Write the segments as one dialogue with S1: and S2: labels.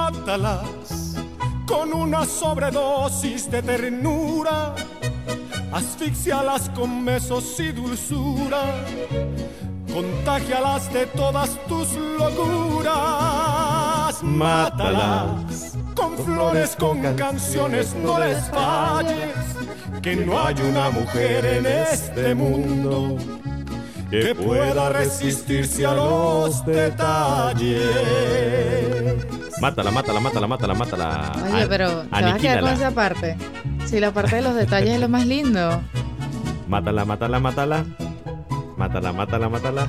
S1: mátalas con una sobredosis de ternura, asfixialas con besos y dulzura, contagialas de todas tus locuras, mátalas. Con flores, con canciones, no les falles, que no hay una mujer en este mundo que pueda resistirse a los detalles.
S2: Mátala, mátala, mátala, mátala, mátala.
S3: Oye, pero te vas a quedar con esa parte. Si la parte de los detalles es lo más lindo.
S2: Mátala, mátala, mátala. Mátala, mátala, mátala.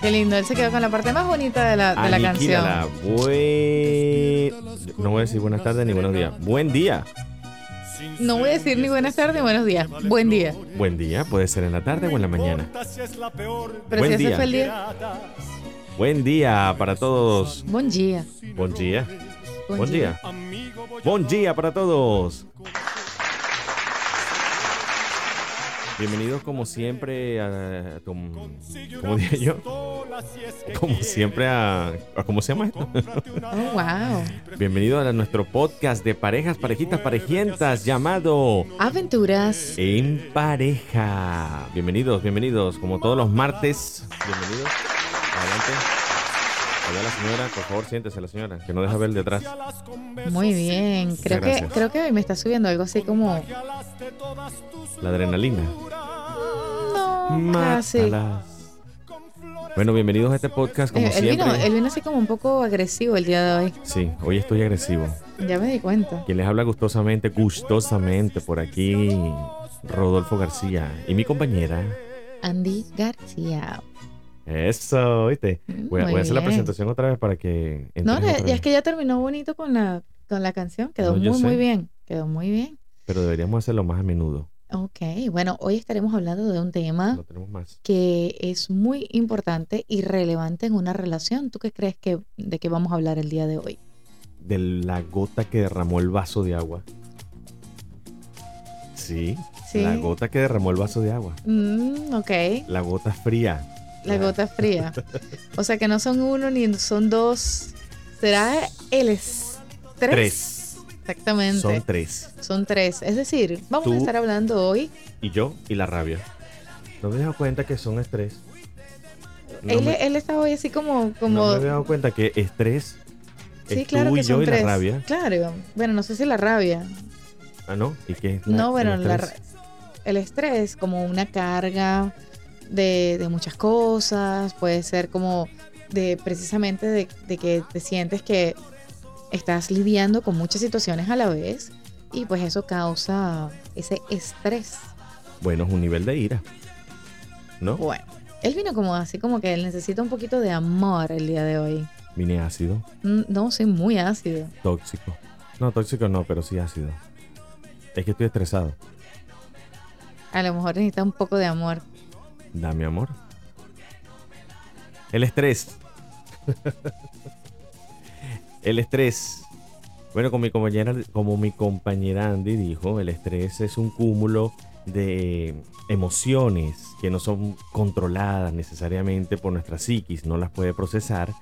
S3: Qué lindo, él se quedó con la parte más bonita de la, de la canción.
S2: Aniquílala. Buen- No voy a decir buenas tardes ni buenos días. Buen día.
S3: No voy a decir ni buenas tardes ni buenos días. Buen día.
S2: Buen día, puede ser en la tarde o en la mañana.
S3: Pero
S2: Buen
S3: si
S2: día.
S3: ese fue el día.
S2: Buen día para todos.
S3: Buen día.
S2: Buen día.
S3: Buen
S2: Buen día.
S3: día.
S2: Buen día para todos. Bienvenidos como siempre a, a- como, como dije yo, como siempre a, a- ¿cómo se llama esto?
S3: Oh, wow.
S2: Bienvenido a nuestro podcast de parejas, parejitas, parejientas llamado
S3: Aventuras.
S2: En Pareja. Bienvenidos, bienvenidos, como todos los martes. Bienvenidos. Adelante. Allá la señora, por favor, siéntese la señora, que no deja ver detrás.
S3: Muy bien. Creo que,
S2: gracias.
S3: creo que me está subiendo algo así como.
S2: La adrenalina.
S3: No, casi.
S2: Mátalas. Bueno, bienvenidos a este podcast, como
S3: Eh, Él vino,
S2: siempre.
S3: él vino así como un poco agresivo el día de hoy.
S2: Sí, hoy estoy agresivo.
S3: Ya me di cuenta.
S2: Quien les habla gustosamente, gustosamente por aquí, Rodolfo García y mi compañera.
S3: Andy García.
S2: Eso, ¿viste?
S3: Mm,
S2: Voy a,
S3: muy
S2: voy a hacer la
S3: bien.
S2: presentación otra vez para que. entres
S3: No, ya-
S2: otra
S3: ya
S2: vez.
S3: es que ya terminó bonito con la, con la canción. Quedó
S2: No, yo
S3: muy, muy
S2: sé.
S3: bien. Quedó muy bien.
S2: Pero deberíamos hacerlo más a menudo.
S3: Ok, bueno, hoy estaremos hablando de un tema
S2: No tenemos más.
S3: que es muy importante y relevante en una relación. ¿Tú qué crees que de qué vamos a hablar el día de hoy?
S2: De la gota que derramó el vaso de agua. Sí,
S3: Sí.
S2: la gota que derramó el vaso de agua.
S3: Mm, ok,
S2: La gota fría.
S3: la gota fría. O sea que no son uno ni son dos. Será el estrés.
S2: Tres.
S3: Exactamente.
S2: Son
S3: Son,
S2: tres.
S3: tres. Es decir, vamos
S2: Tú-
S3: a estar hablando hoy.
S2: Y yo y la rabia. No me he dado cuenta que son estrés. No
S3: él,
S2: me-
S3: él está hoy así como...
S2: No
S3: como
S2: me había dado cuenta que estrés es
S3: sí, claro
S2: tú y
S3: que son
S2: yo y
S3: tres.
S2: la rabia.
S3: Claro. Bueno, no sé si la rabia.
S2: Ah, no. ¿Y qué es la-
S3: No, bueno,
S2: el
S3: la
S2: estrés?
S3: ra- el estrés como una carga de, de muchas cosas, puede ser como de precisamente de, de que te sientes que estás lidiando con muchas situaciones a la vez y pues eso causa ese estrés.
S2: Bueno, es un nivel de ira. ¿No?
S3: Bueno, él vino como así como que él necesita un poquito de amor el día de hoy.
S2: Vine ácido,
S3: Mm, No, soy muy ácido.
S2: tóxico. No, tóxico no, pero sí ácido. Es que estoy estresado.
S3: A lo mejor necesita un poco de amor.
S2: Dame amor. El estrés. el estrés. Bueno, como mi compañera, como mi compañera Andy dijo, el estrés es un cúmulo de emociones que no son controladas necesariamente por nuestra psiquis, no las puede procesar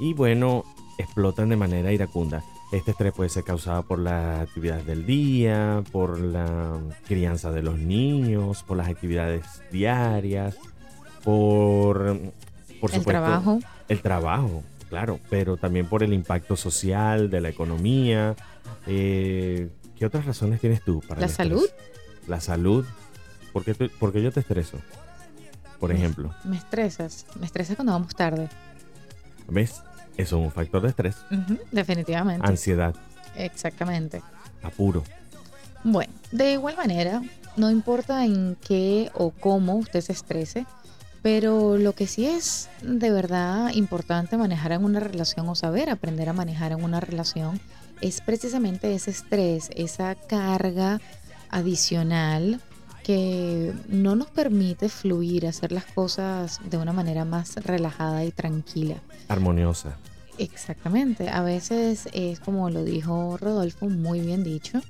S2: y bueno, explotan de manera iracunda. Este estrés puede ser causado por las actividades del día, por la crianza de los niños, por las actividades diarias, por, por
S3: el
S2: supuesto,
S3: trabajo.
S2: el trabajo, claro, pero también por el impacto social, de la economía. Eh, ¿Qué otras razones tienes tú para
S3: La
S2: el estrés?
S3: salud.
S2: La salud. ¿Por qué, tú- por qué yo te estreso? Por ejemplo,
S3: Me estresas. Me estresas cuando vamos tarde.
S2: ¿ves? Eso es un factor de estrés.
S3: Ujú, definitivamente.
S2: Ansiedad,
S3: Exactamente.
S2: apuro.
S3: Bueno, de igual manera, no importa en qué o cómo usted se estrese, pero lo que sí es de verdad importante manejar en una relación o saber aprender a manejar en una relación es precisamente ese estrés, esa carga adicional que no nos permite fluir, hacer las cosas de una manera más relajada y tranquila.
S2: armoniosa.
S3: Exactamente, a veces es como lo dijo Rodolfo, muy bien dicho,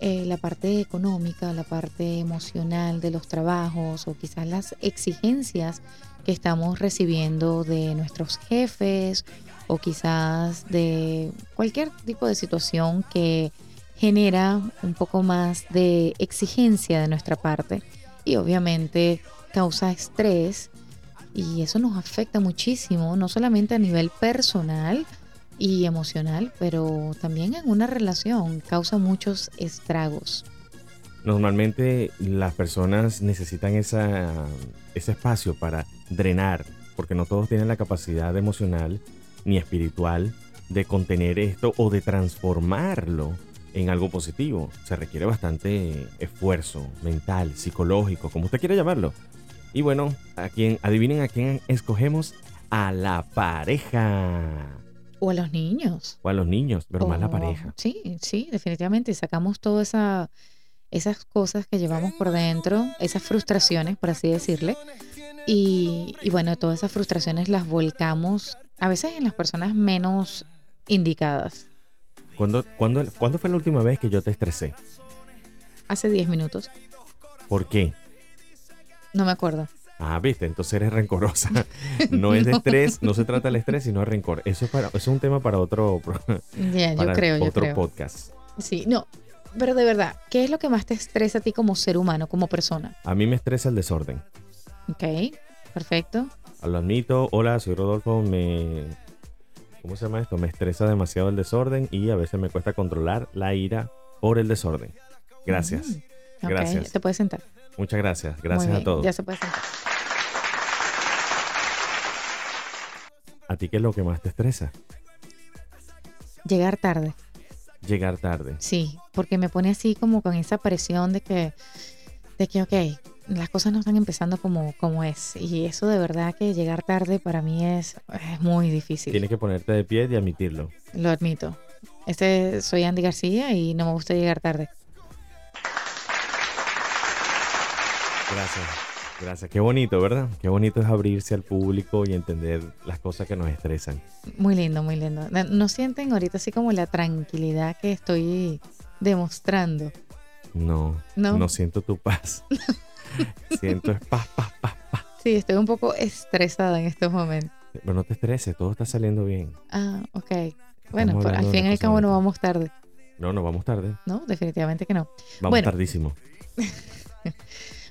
S3: eh, la parte económica, la parte emocional de los trabajos o quizás las exigencias que estamos recibiendo de nuestros jefes o quizás de cualquier tipo de situación que genera un poco más de exigencia de nuestra parte y obviamente causa estrés y eso nos afecta muchísimo, no solamente a nivel personal y emocional, pero también en una relación causa muchos estragos.
S2: Normalmente las personas necesitan esa, ese espacio para drenar, porque no todos tienen la capacidad emocional ni espiritual de contener esto o de transformarlo en algo positivo. Se requiere bastante esfuerzo mental, psicológico, como usted quiera llamarlo. Y bueno, a quien, adivinen a quién escogemos, a la pareja.
S3: O a los niños.
S2: O a los niños, pero
S3: O-
S2: más la pareja.
S3: Sí, sí, definitivamente. Sacamos todas esa, esas cosas que llevamos por dentro, esas frustraciones, por así decirle. Y, y bueno, todas esas frustraciones las volcamos a veces en las personas menos indicadas.
S2: ¿Cuándo, cuándo, cuándo fue la última vez que yo te estresé?
S3: Hace 10 minutos,
S2: ¿Por qué?
S3: no me acuerdo.
S2: Ah, viste, entonces eres rencorosa. No es de
S3: No.
S2: estrés, no se trata del estrés, sino de rencor. Eso es, para, eso es un tema para otro, pro-
S3: Ya,
S2: para
S3: yo creo, yo
S2: otro
S3: creo.
S2: podcast.
S3: Sí, no, pero de verdad, ¿qué es lo que más te estresa a ti como ser humano, como persona?
S2: A mí me estresa el desorden.
S3: Ok, perfecto.
S2: Lo admito, hola, soy Rodolfo, me... ¿Cómo se llama esto? Me estresa demasiado el desorden y a veces me cuesta controlar la ira por el desorden. Gracias.
S3: Ujú. Mm, Ok,
S2: Gracias.
S3: Te puedes sentar.
S2: Muchas gracias.
S3: Muy
S2: Gracias a
S3: bien,
S2: todos.
S3: Ya se puede sentar.
S2: ¿A ti qué es lo que más te estresa?
S3: Llegar tarde,
S2: Llegar tarde.
S3: sí, porque me pone así como con esa presión de que, de que, ok, las cosas no están empezando como, como es. Y eso de verdad que llegar tarde para mí es, es muy difícil.
S2: Tienes que ponerte de pie y admitirlo.
S3: Lo admito. Este soy Andy García y no me gusta llegar tarde.
S2: Gracias. Gracias. Qué bonito, ¿verdad? Qué bonito es abrirse al público y entender las cosas que nos estresan.
S3: Muy lindo, muy lindo. No- ¿No sienten ahorita así como la tranquilidad que estoy demostrando?
S2: No, no,
S3: No.
S2: siento tu paz. siento es paz, paz, paz.
S3: Sí, estoy un poco estresada en estos momentos.
S2: Pero no te estreses, todo está saliendo bien.
S3: Ah, ok. Bueno,
S2: Estamos
S3: pero al
S2: hablando de
S3: fin y
S2: una
S3: al
S2: cosa
S3: cabo no
S2: bonita.
S3: vamos tarde,
S2: No, no, vamos tarde.
S3: ¿no? Definitivamente que no.
S2: Vamos
S3: Bueno.
S2: tardísimo.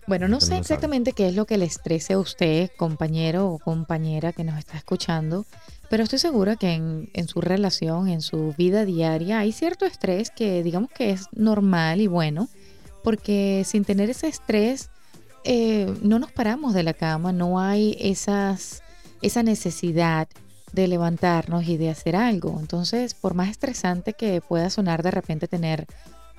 S3: Bueno, no
S2: Usted
S3: sé
S2: no lo sabe.
S3: exactamente qué es lo que le estrese a usted, compañero o compañera que nos está escuchando, pero estoy segura que en, en su relación, en su vida diaria, hay cierto estrés que digamos que es normal y bueno, porque sin tener ese estrés eh, no nos paramos de la cama, no hay esas, esa necesidad de levantarnos y de hacer algo. Entonces, por más estresante que pueda sonar de repente tener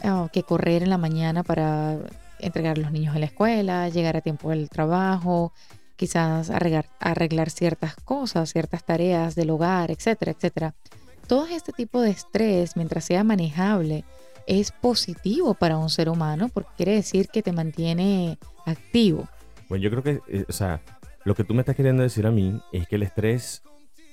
S3: ah, que correr en la mañana para entregar a los niños a la escuela, llegar a tiempo del trabajo, quizás arreglar, arreglar ciertas cosas, ciertas tareas del hogar, etcétera, etcétera. Todo este tipo de estrés, mientras sea manejable, es positivo para un ser humano porque quiere decir que te mantiene activo.
S2: Bueno, yo creo que, eh, o sea, lo que tú me estás queriendo decir a mí es que el estrés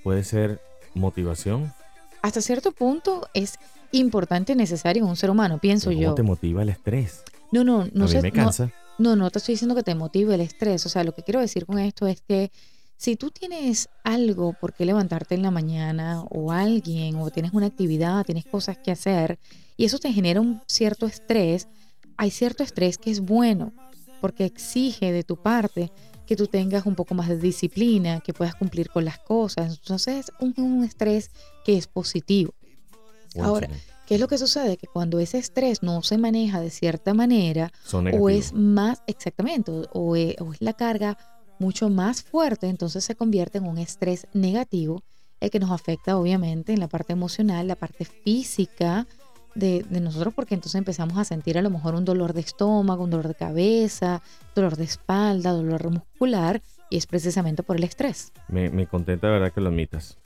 S2: puede ser motivación.
S3: Hasta cierto punto es importante y necesario en un ser humano, pienso
S2: ¿Cómo
S3: yo.
S2: te motiva el estrés?
S3: No, no, no
S2: a mí
S3: sé.
S2: me
S3: no-
S2: cansa.
S3: No, no te estoy diciendo que te motive el estrés. O sea, lo que quiero decir con esto es que si tú tienes algo por qué levantarte en la mañana o alguien o tienes una actividad, tienes cosas que hacer y eso te genera un cierto estrés, hay cierto estrés que es bueno porque exige de tu parte que tú tengas un poco más de disciplina, que puedas cumplir con las cosas. Entonces es un- un estrés que es positivo. Ahora,
S2: Cónchale,
S3: ¿Qué es lo que sucede? Que cuando ese estrés no se maneja de cierta manera,
S2: son
S3: o
S2: negativos.
S3: es más, exactamente, o- o e- o es la carga mucho más fuerte, entonces se convierte en un estrés negativo, el que nos afecta obviamente en la parte emocional, la parte física de, de nosotros, porque entonces empezamos a sentir a lo mejor un dolor de estómago, un dolor de cabeza, dolor de espalda, dolor muscular, y es precisamente por el estrés.
S2: Me, me contenta de verdad que lo admitas.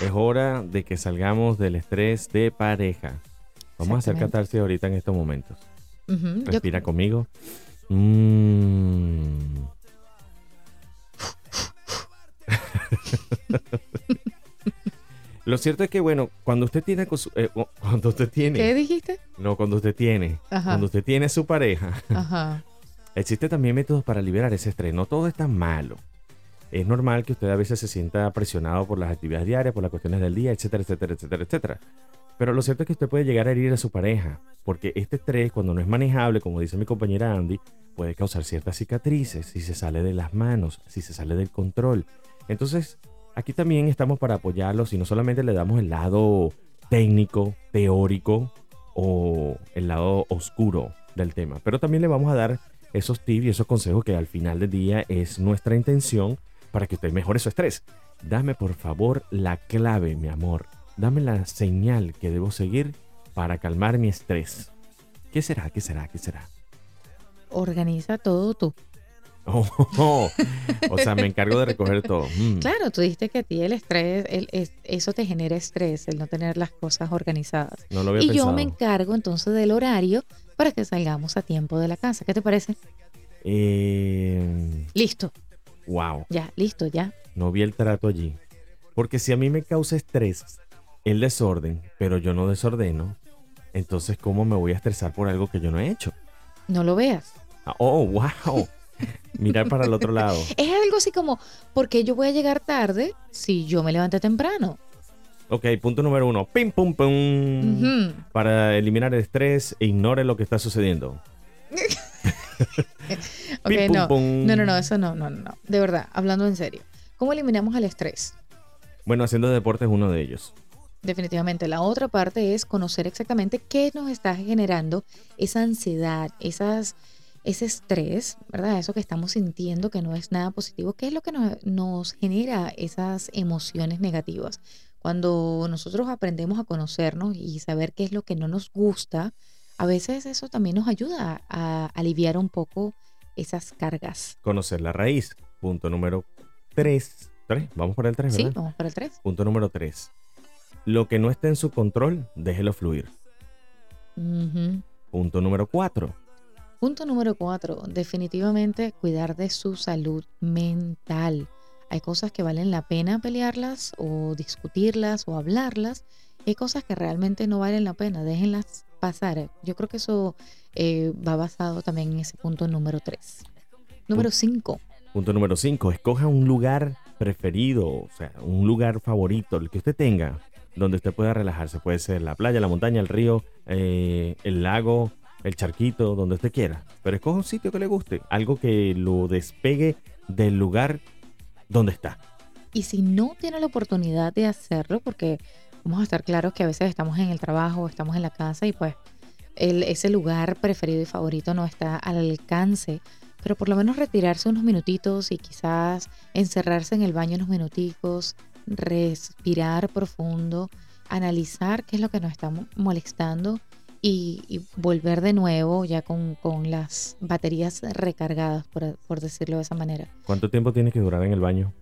S2: Es hora de que salgamos del estrés de pareja. Vamos a hacer
S3: Exactamente.
S2: catarsis ahorita en estos momentos.
S3: Ujú, yo-
S2: Respira conmigo. Mm. Lo cierto es que, bueno, cuando usted tiene. con su- eh, o- cuando usted tiene.
S3: ¿Qué dijiste?
S2: No, cuando usted tiene.
S3: Ajá.
S2: Cuando usted tiene a su pareja.
S3: Ajá.
S2: Existen también métodos para liberar ese estrés. No todo es tan malo. Es normal que usted a veces se sienta presionado por las actividades diarias, por las cuestiones del día, etcétera, etcétera, etcétera, etcétera. Pero lo cierto es que usted puede llegar a herir a su pareja, porque este estrés, cuando no es manejable, como dice mi compañera Andy, puede causar ciertas cicatrices si se sale de las manos, si se sale del control. Entonces, aquí también estamos para apoyarlos y no solamente le damos el lado técnico, teórico o el lado oscuro del tema, pero también le vamos a dar esos tips y esos consejos que al final del día es nuestra intención para que usted mejore su estrés. Dame por favor la clave, mi amor. Dame la señal que debo seguir para calmar mi estrés. ¿Qué será? ¿Qué será? ¿Qué será?
S3: Organiza todo tú.
S2: Oh, oh, oh. O sea, me encargo de recoger todo. Mm.
S3: Claro, tú dijiste que a ti el estrés, el, es- eso te genera estrés, el no tener las cosas organizadas.
S2: No lo había
S3: Y
S2: pensado.
S3: yo me encargo entonces del horario para que salgamos a tiempo de la casa. ¿Qué te parece?
S2: Eh,
S3: Listo,
S2: wow,
S3: ya, listo, ya.
S2: no vi el trato allí. Porque si a mí me causa estrés el desorden, pero yo no desordeno, entonces ¿cómo me voy a estresar por algo que yo no he hecho?
S3: No lo veas.
S2: Ah, Oh, wow. Mirar para el otro lado.
S3: Es algo así como, ¿por qué yo voy a llegar tarde si yo me levanté temprano?
S2: Ok, punto número uno. Pim, pum, pum.
S3: Ujú.
S2: Para eliminar el estrés, ignore lo que está sucediendo.
S3: Ok,
S2: Pim, pum,
S3: no.
S2: pum.
S3: No, no, no, eso no, no, no, no. De verdad, hablando en serio. ¿Cómo eliminamos el estrés?
S2: Bueno, haciendo deporte es uno de ellos.
S3: Definitivamente. La otra parte es conocer exactamente qué nos está generando esa ansiedad, esas, ese estrés, ¿verdad? Eso que estamos sintiendo que no es nada positivo. ¿Qué es lo que nos, nos genera esas emociones negativas? Cuando nosotros aprendemos a conocernos y saber qué es lo que no nos gusta, a veces eso también nos ayuda a aliviar un poco esas cargas.
S2: Conocer la raíz. Punto número tres. ¿Tres? Vamos para el tres,
S3: Sí,
S2: ¿verdad?
S3: vamos para el 3.
S2: Punto número tres. Lo que no esté en su control, déjelo fluir. Punto número cuatro.
S3: Punto número cuatro, definitivamente cuidar de su salud mental. Hay cosas que valen la pena pelearlas o discutirlas o hablarlas. y Hay cosas que realmente no valen la pena, déjenlas pasar. Yo creo que eso eh, va basado también en ese punto número tres. Número cinco,
S2: Punto número cinco. Escoja un lugar preferido, o sea, un lugar favorito, el que usted tenga, donde usted pueda relajarse. Puede ser la playa, la montaña, el río, eh, el lago, el charquito, donde usted quiera. Pero escoja un sitio que le guste, algo que lo despegue del lugar donde está.
S3: Y si no tiene la oportunidad de hacerlo, porque vamos a estar claros que a veces estamos en el trabajo, estamos en la casa y pues el- ese lugar preferido y favorito no está al alcance, pero por lo menos retirarse unos minutitos y quizás encerrarse en el baño unos minuticos, respirar profundo, analizar qué es lo que nos está mo- molestando y, y volver de nuevo ya con, con las baterías recargadas, por- por decirlo de esa manera.
S2: ¿Cuánto tiempo tiene que durar en el baño?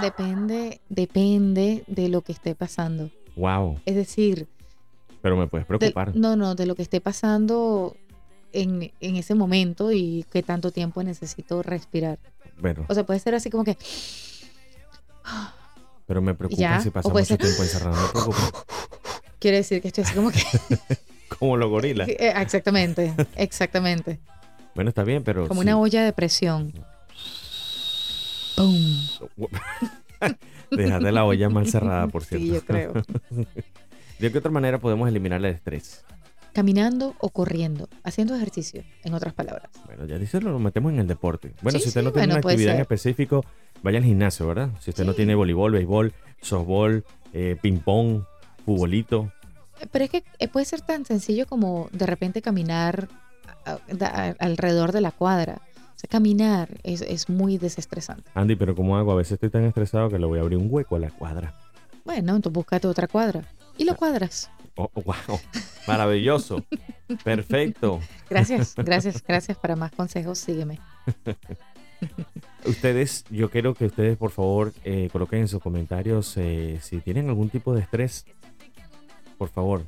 S3: Depende, depende de lo que esté pasando.
S2: Wow,
S3: Es decir,
S2: pero me puedes
S3: de-
S2: preocupar.
S3: no, no, de lo que esté pasando en, en ese momento y qué tanto tiempo necesito respirar.
S2: Bueno,
S3: O sea, puede ser así como que
S2: pero me preocupa
S3: ya,
S2: si
S3: o
S2: pasa
S3: puede
S2: mucho
S3: ser-
S2: tiempo encerrado. Me preocupa.
S3: quiere decir que estoy así como que.
S2: Como los gorilas.
S3: Eh, Exactamente, exactamente.
S2: Bueno, está bien, pero.
S3: Como
S2: sí.
S3: una olla de presión. ¡Pum!
S2: Dejaste la olla mal cerrada, por cierto.
S3: Sí, yo creo.
S2: ¿De qué otra manera podemos eliminar el estrés?
S3: Caminando o corriendo, haciendo ejercicio, en otras palabras.
S2: Bueno, ya dice, lo metemos en el deporte. Bueno,
S3: Sí,
S2: si usted
S3: sí,
S2: no tiene
S3: bueno,
S2: una
S3: puede
S2: actividad en
S3: ser.
S2: específico, vaya al gimnasio, ¿verdad? Si usted no
S3: Sí.
S2: tiene voleibol, béisbol, softball, eh, ping-pong, futbolito.
S3: Pero es que eh, puede ser tan sencillo como de repente caminar a- a- a- alrededor de la cuadra. O sea, caminar es, es muy desestresante.
S2: Andy, pero ¿cómo hago? A veces estoy tan estresado que le voy a abrir un hueco a la cuadra.
S3: Bueno, entonces búscate otra cuadra. Y lo cuadras.
S2: Oh, oh, ¡Wow! Maravilloso. Perfecto.
S3: Gracias, gracias, gracias. Para más consejos, sígueme.
S2: Ustedes, yo quiero que ustedes, por favor, eh, coloquen en sus comentarios eh, si tienen algún tipo de estrés. Por favor,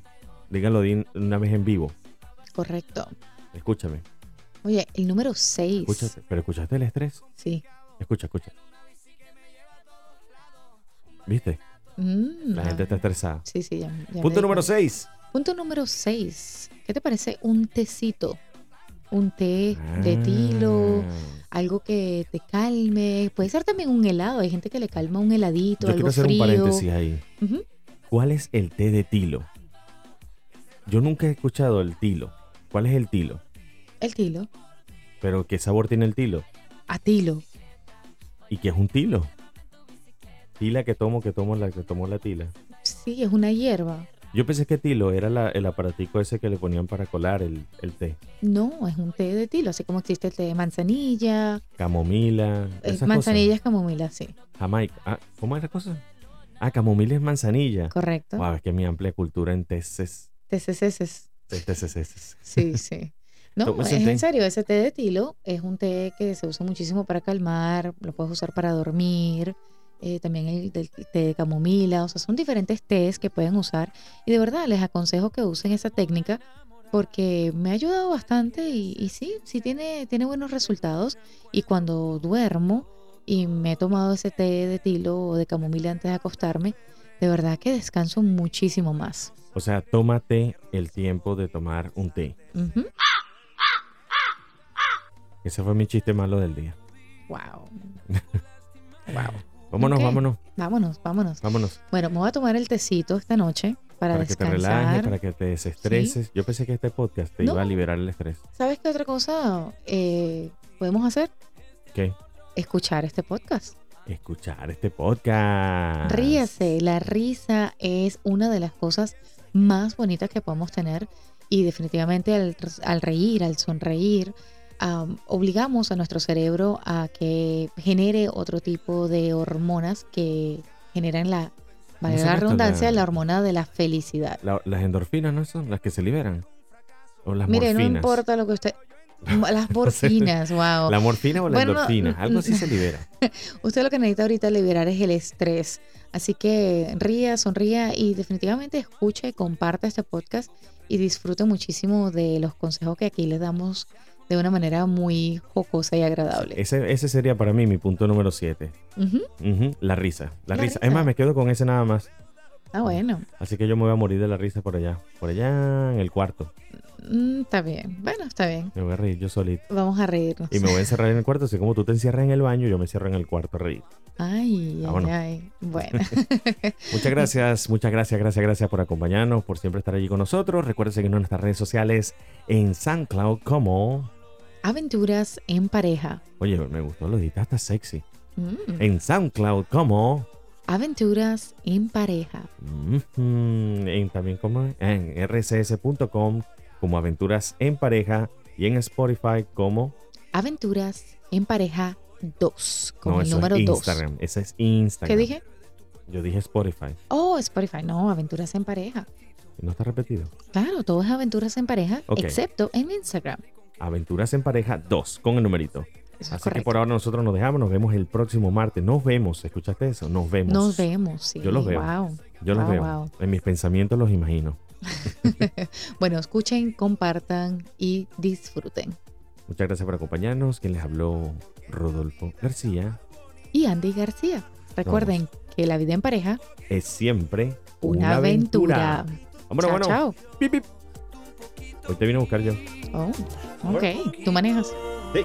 S2: díganlo de in- una vez en vivo.
S3: Correcto.
S2: Escúchame,
S3: Oye, el número 6.
S2: escúchate. ¿Pero escuchaste el estrés?
S3: Sí.
S2: Escucha, escucha. ¿Viste?
S3: Mm,
S2: La gente está estresada.
S3: Sí, sí, ya. ya me
S2: Punto
S3: di
S2: número
S3: cuenta.
S2: 6.
S3: Punto número 6. ¿Qué te parece un tecito? Un té de
S2: Ah.
S3: tilo, algo que te calme. Puede ser también un helado. Hay gente que le calma un heladito,
S2: Yo
S3: algo
S2: quiero hacer
S3: frío.
S2: un paréntesis ahí.
S3: Ujú.
S2: ¿Cuál es el té de tilo? Yo nunca he escuchado el tilo. ¿Cuál es el tilo?
S3: El tilo.
S2: Pero ¿qué sabor tiene el tilo?
S3: A tilo.
S2: ¿Y qué es un tilo? Tila que tomo, que tomo la que tomo la tila.
S3: Sí, es una hierba.
S2: Yo pensé que tilo era la- el aparatico ese que le ponían para colar el, el té.
S3: No, es un té de tilo. Así como existe el té de manzanilla.
S2: Camomila.
S3: eh,
S2: Esas
S3: manzanilla es camomila, sí.
S2: Cosas. Jamaica. Ah, ¿Cómo es la cosa? Ah, camomila es manzanilla.
S3: Correcto.
S2: Wow, es que mi amplia cultura en teces.
S3: TCCs.
S2: teces-
S3: Sí, sí. No, es
S2: Tómese un té.
S3: en serio, ese té de tilo es un té que se usa muchísimo para calmar, lo puedes usar para dormir, eh, también el del té de camomila, o sea, son diferentes tés que pueden usar y de verdad les aconsejo que usen esa técnica porque me ha ayudado bastante y, y sí, sí tiene, tiene buenos resultados y cuando duermo y me he tomado ese té de tilo o de camomila antes de acostarme, de verdad que descanso muchísimo más.
S2: O sea, tómate el tiempo de tomar un té.
S3: Ujú.
S2: Ese fue mi chiste malo del día.
S3: Wow.
S2: Vámonos,
S3: Ok.
S2: vámonos,
S3: Vámonos, vámonos.
S2: vámonos.
S3: Bueno, me voy a tomar el tecito esta noche para,
S2: Para, que te
S3: descansar.
S2: relajes, para que te desestreses. Yo pensé que este podcast te
S3: No.
S2: iba a liberar el estrés.
S3: ¿Sabes qué otra cosa eh, podemos hacer?
S2: ¿Qué?
S3: Escuchar este podcast.
S2: Escuchar este podcast.
S3: Ríase, la risa es una de las cosas más bonitas que podemos tener y definitivamente al, al reír, al sonreír, am, obligamos a nuestro cerebro a que genere otro tipo de hormonas que generan la, valga
S2: son
S3: la
S2: estas?
S3: redundancia,
S2: La-
S3: la hormona de la felicidad.
S2: La- las endorfinas, ¿no son? Las que se liberan. O las
S3: Mire,
S2: morfinas.
S3: no importa lo que usted... Las porcinas, wow.
S2: La morfina o la
S3: Bueno,
S2: endorfina.
S3: mm,
S2: Algo así
S3: mm.
S2: se libera.
S3: Usted lo que necesita ahorita liberar es el estrés. Así que ría, sonría y definitivamente escuche y comparte este podcast y disfrute muchísimo de los consejos que aquí les damos de una manera muy jocosa y agradable.
S2: Ese, ese sería para mí mi punto número 7.
S3: Ujú.
S2: La risa. La,
S3: La
S2: risa.
S3: risa.
S2: Es más, me quedo con ese nada más.
S3: Ah, bueno.
S2: Así que yo me voy a morir de la risa por allá. Por allá en el cuarto.
S3: Mm, está bien. Bueno, está bien.
S2: Me voy a reír yo solito.
S3: Vamos a reírnos.
S2: Y me voy a encerrar en el cuarto. Así como tú te encierras en el baño, yo me encierro en el cuarto a reír.
S3: Ay,
S2: Ah,
S3: ay,
S2: bueno.
S3: ay. Bueno.
S2: Muchas gracias, muchas gracias, gracias, gracias por acompañarnos, por siempre estar allí con nosotros. Recuerden seguirnos en nuestras redes sociales en SoundCloud como...
S3: Aventuras en pareja.
S2: Oye, me gustó, lo dijiste hasta sexy.
S3: Mm.
S2: En SoundCloud como...
S3: Aventuras en pareja.
S2: Mhm, en también como en rcs.com como Aventuras en Pareja y en Spotify como...
S3: Aventuras en pareja 2. Con
S2: no,
S3: el
S2: eso
S3: número
S2: es
S3: 2.
S2: Instagram. Ese es Instagram.
S3: ¿Qué dije?
S2: Yo dije Spotify.
S3: Oh, Spotify, no, aventuras en pareja.
S2: No está repetido.
S3: Claro, todo es aventuras en pareja,
S2: Ok.
S3: excepto en Instagram.
S2: Aventuras en Pareja 2 con el numerito.
S3: Eso es
S2: Así que
S3: correcto.
S2: por ahora nosotros nos dejamos, nos vemos el próximo martes. Nos vemos, ¿escuchaste eso? Nos vemos.
S3: Nos vemos, sí.
S2: Yo los veo.
S3: Wow.
S2: Yo los
S3: Wow,
S2: veo.
S3: wow.
S2: En mis pensamientos los imagino.
S3: Bueno, escuchen, compartan y disfruten.
S2: Muchas gracias por acompañarnos. Quien les habló, Rodolfo García,
S3: Y Andy García, recuerden que la vida en pareja,
S2: es siempre
S3: una, aventura.
S2: Vámonos,
S3: chao,
S2: vámonos.
S3: chao.
S2: Pip, pip. Hoy te vine a buscar yo.
S3: Oh, ok, tú manejas.
S2: Sí.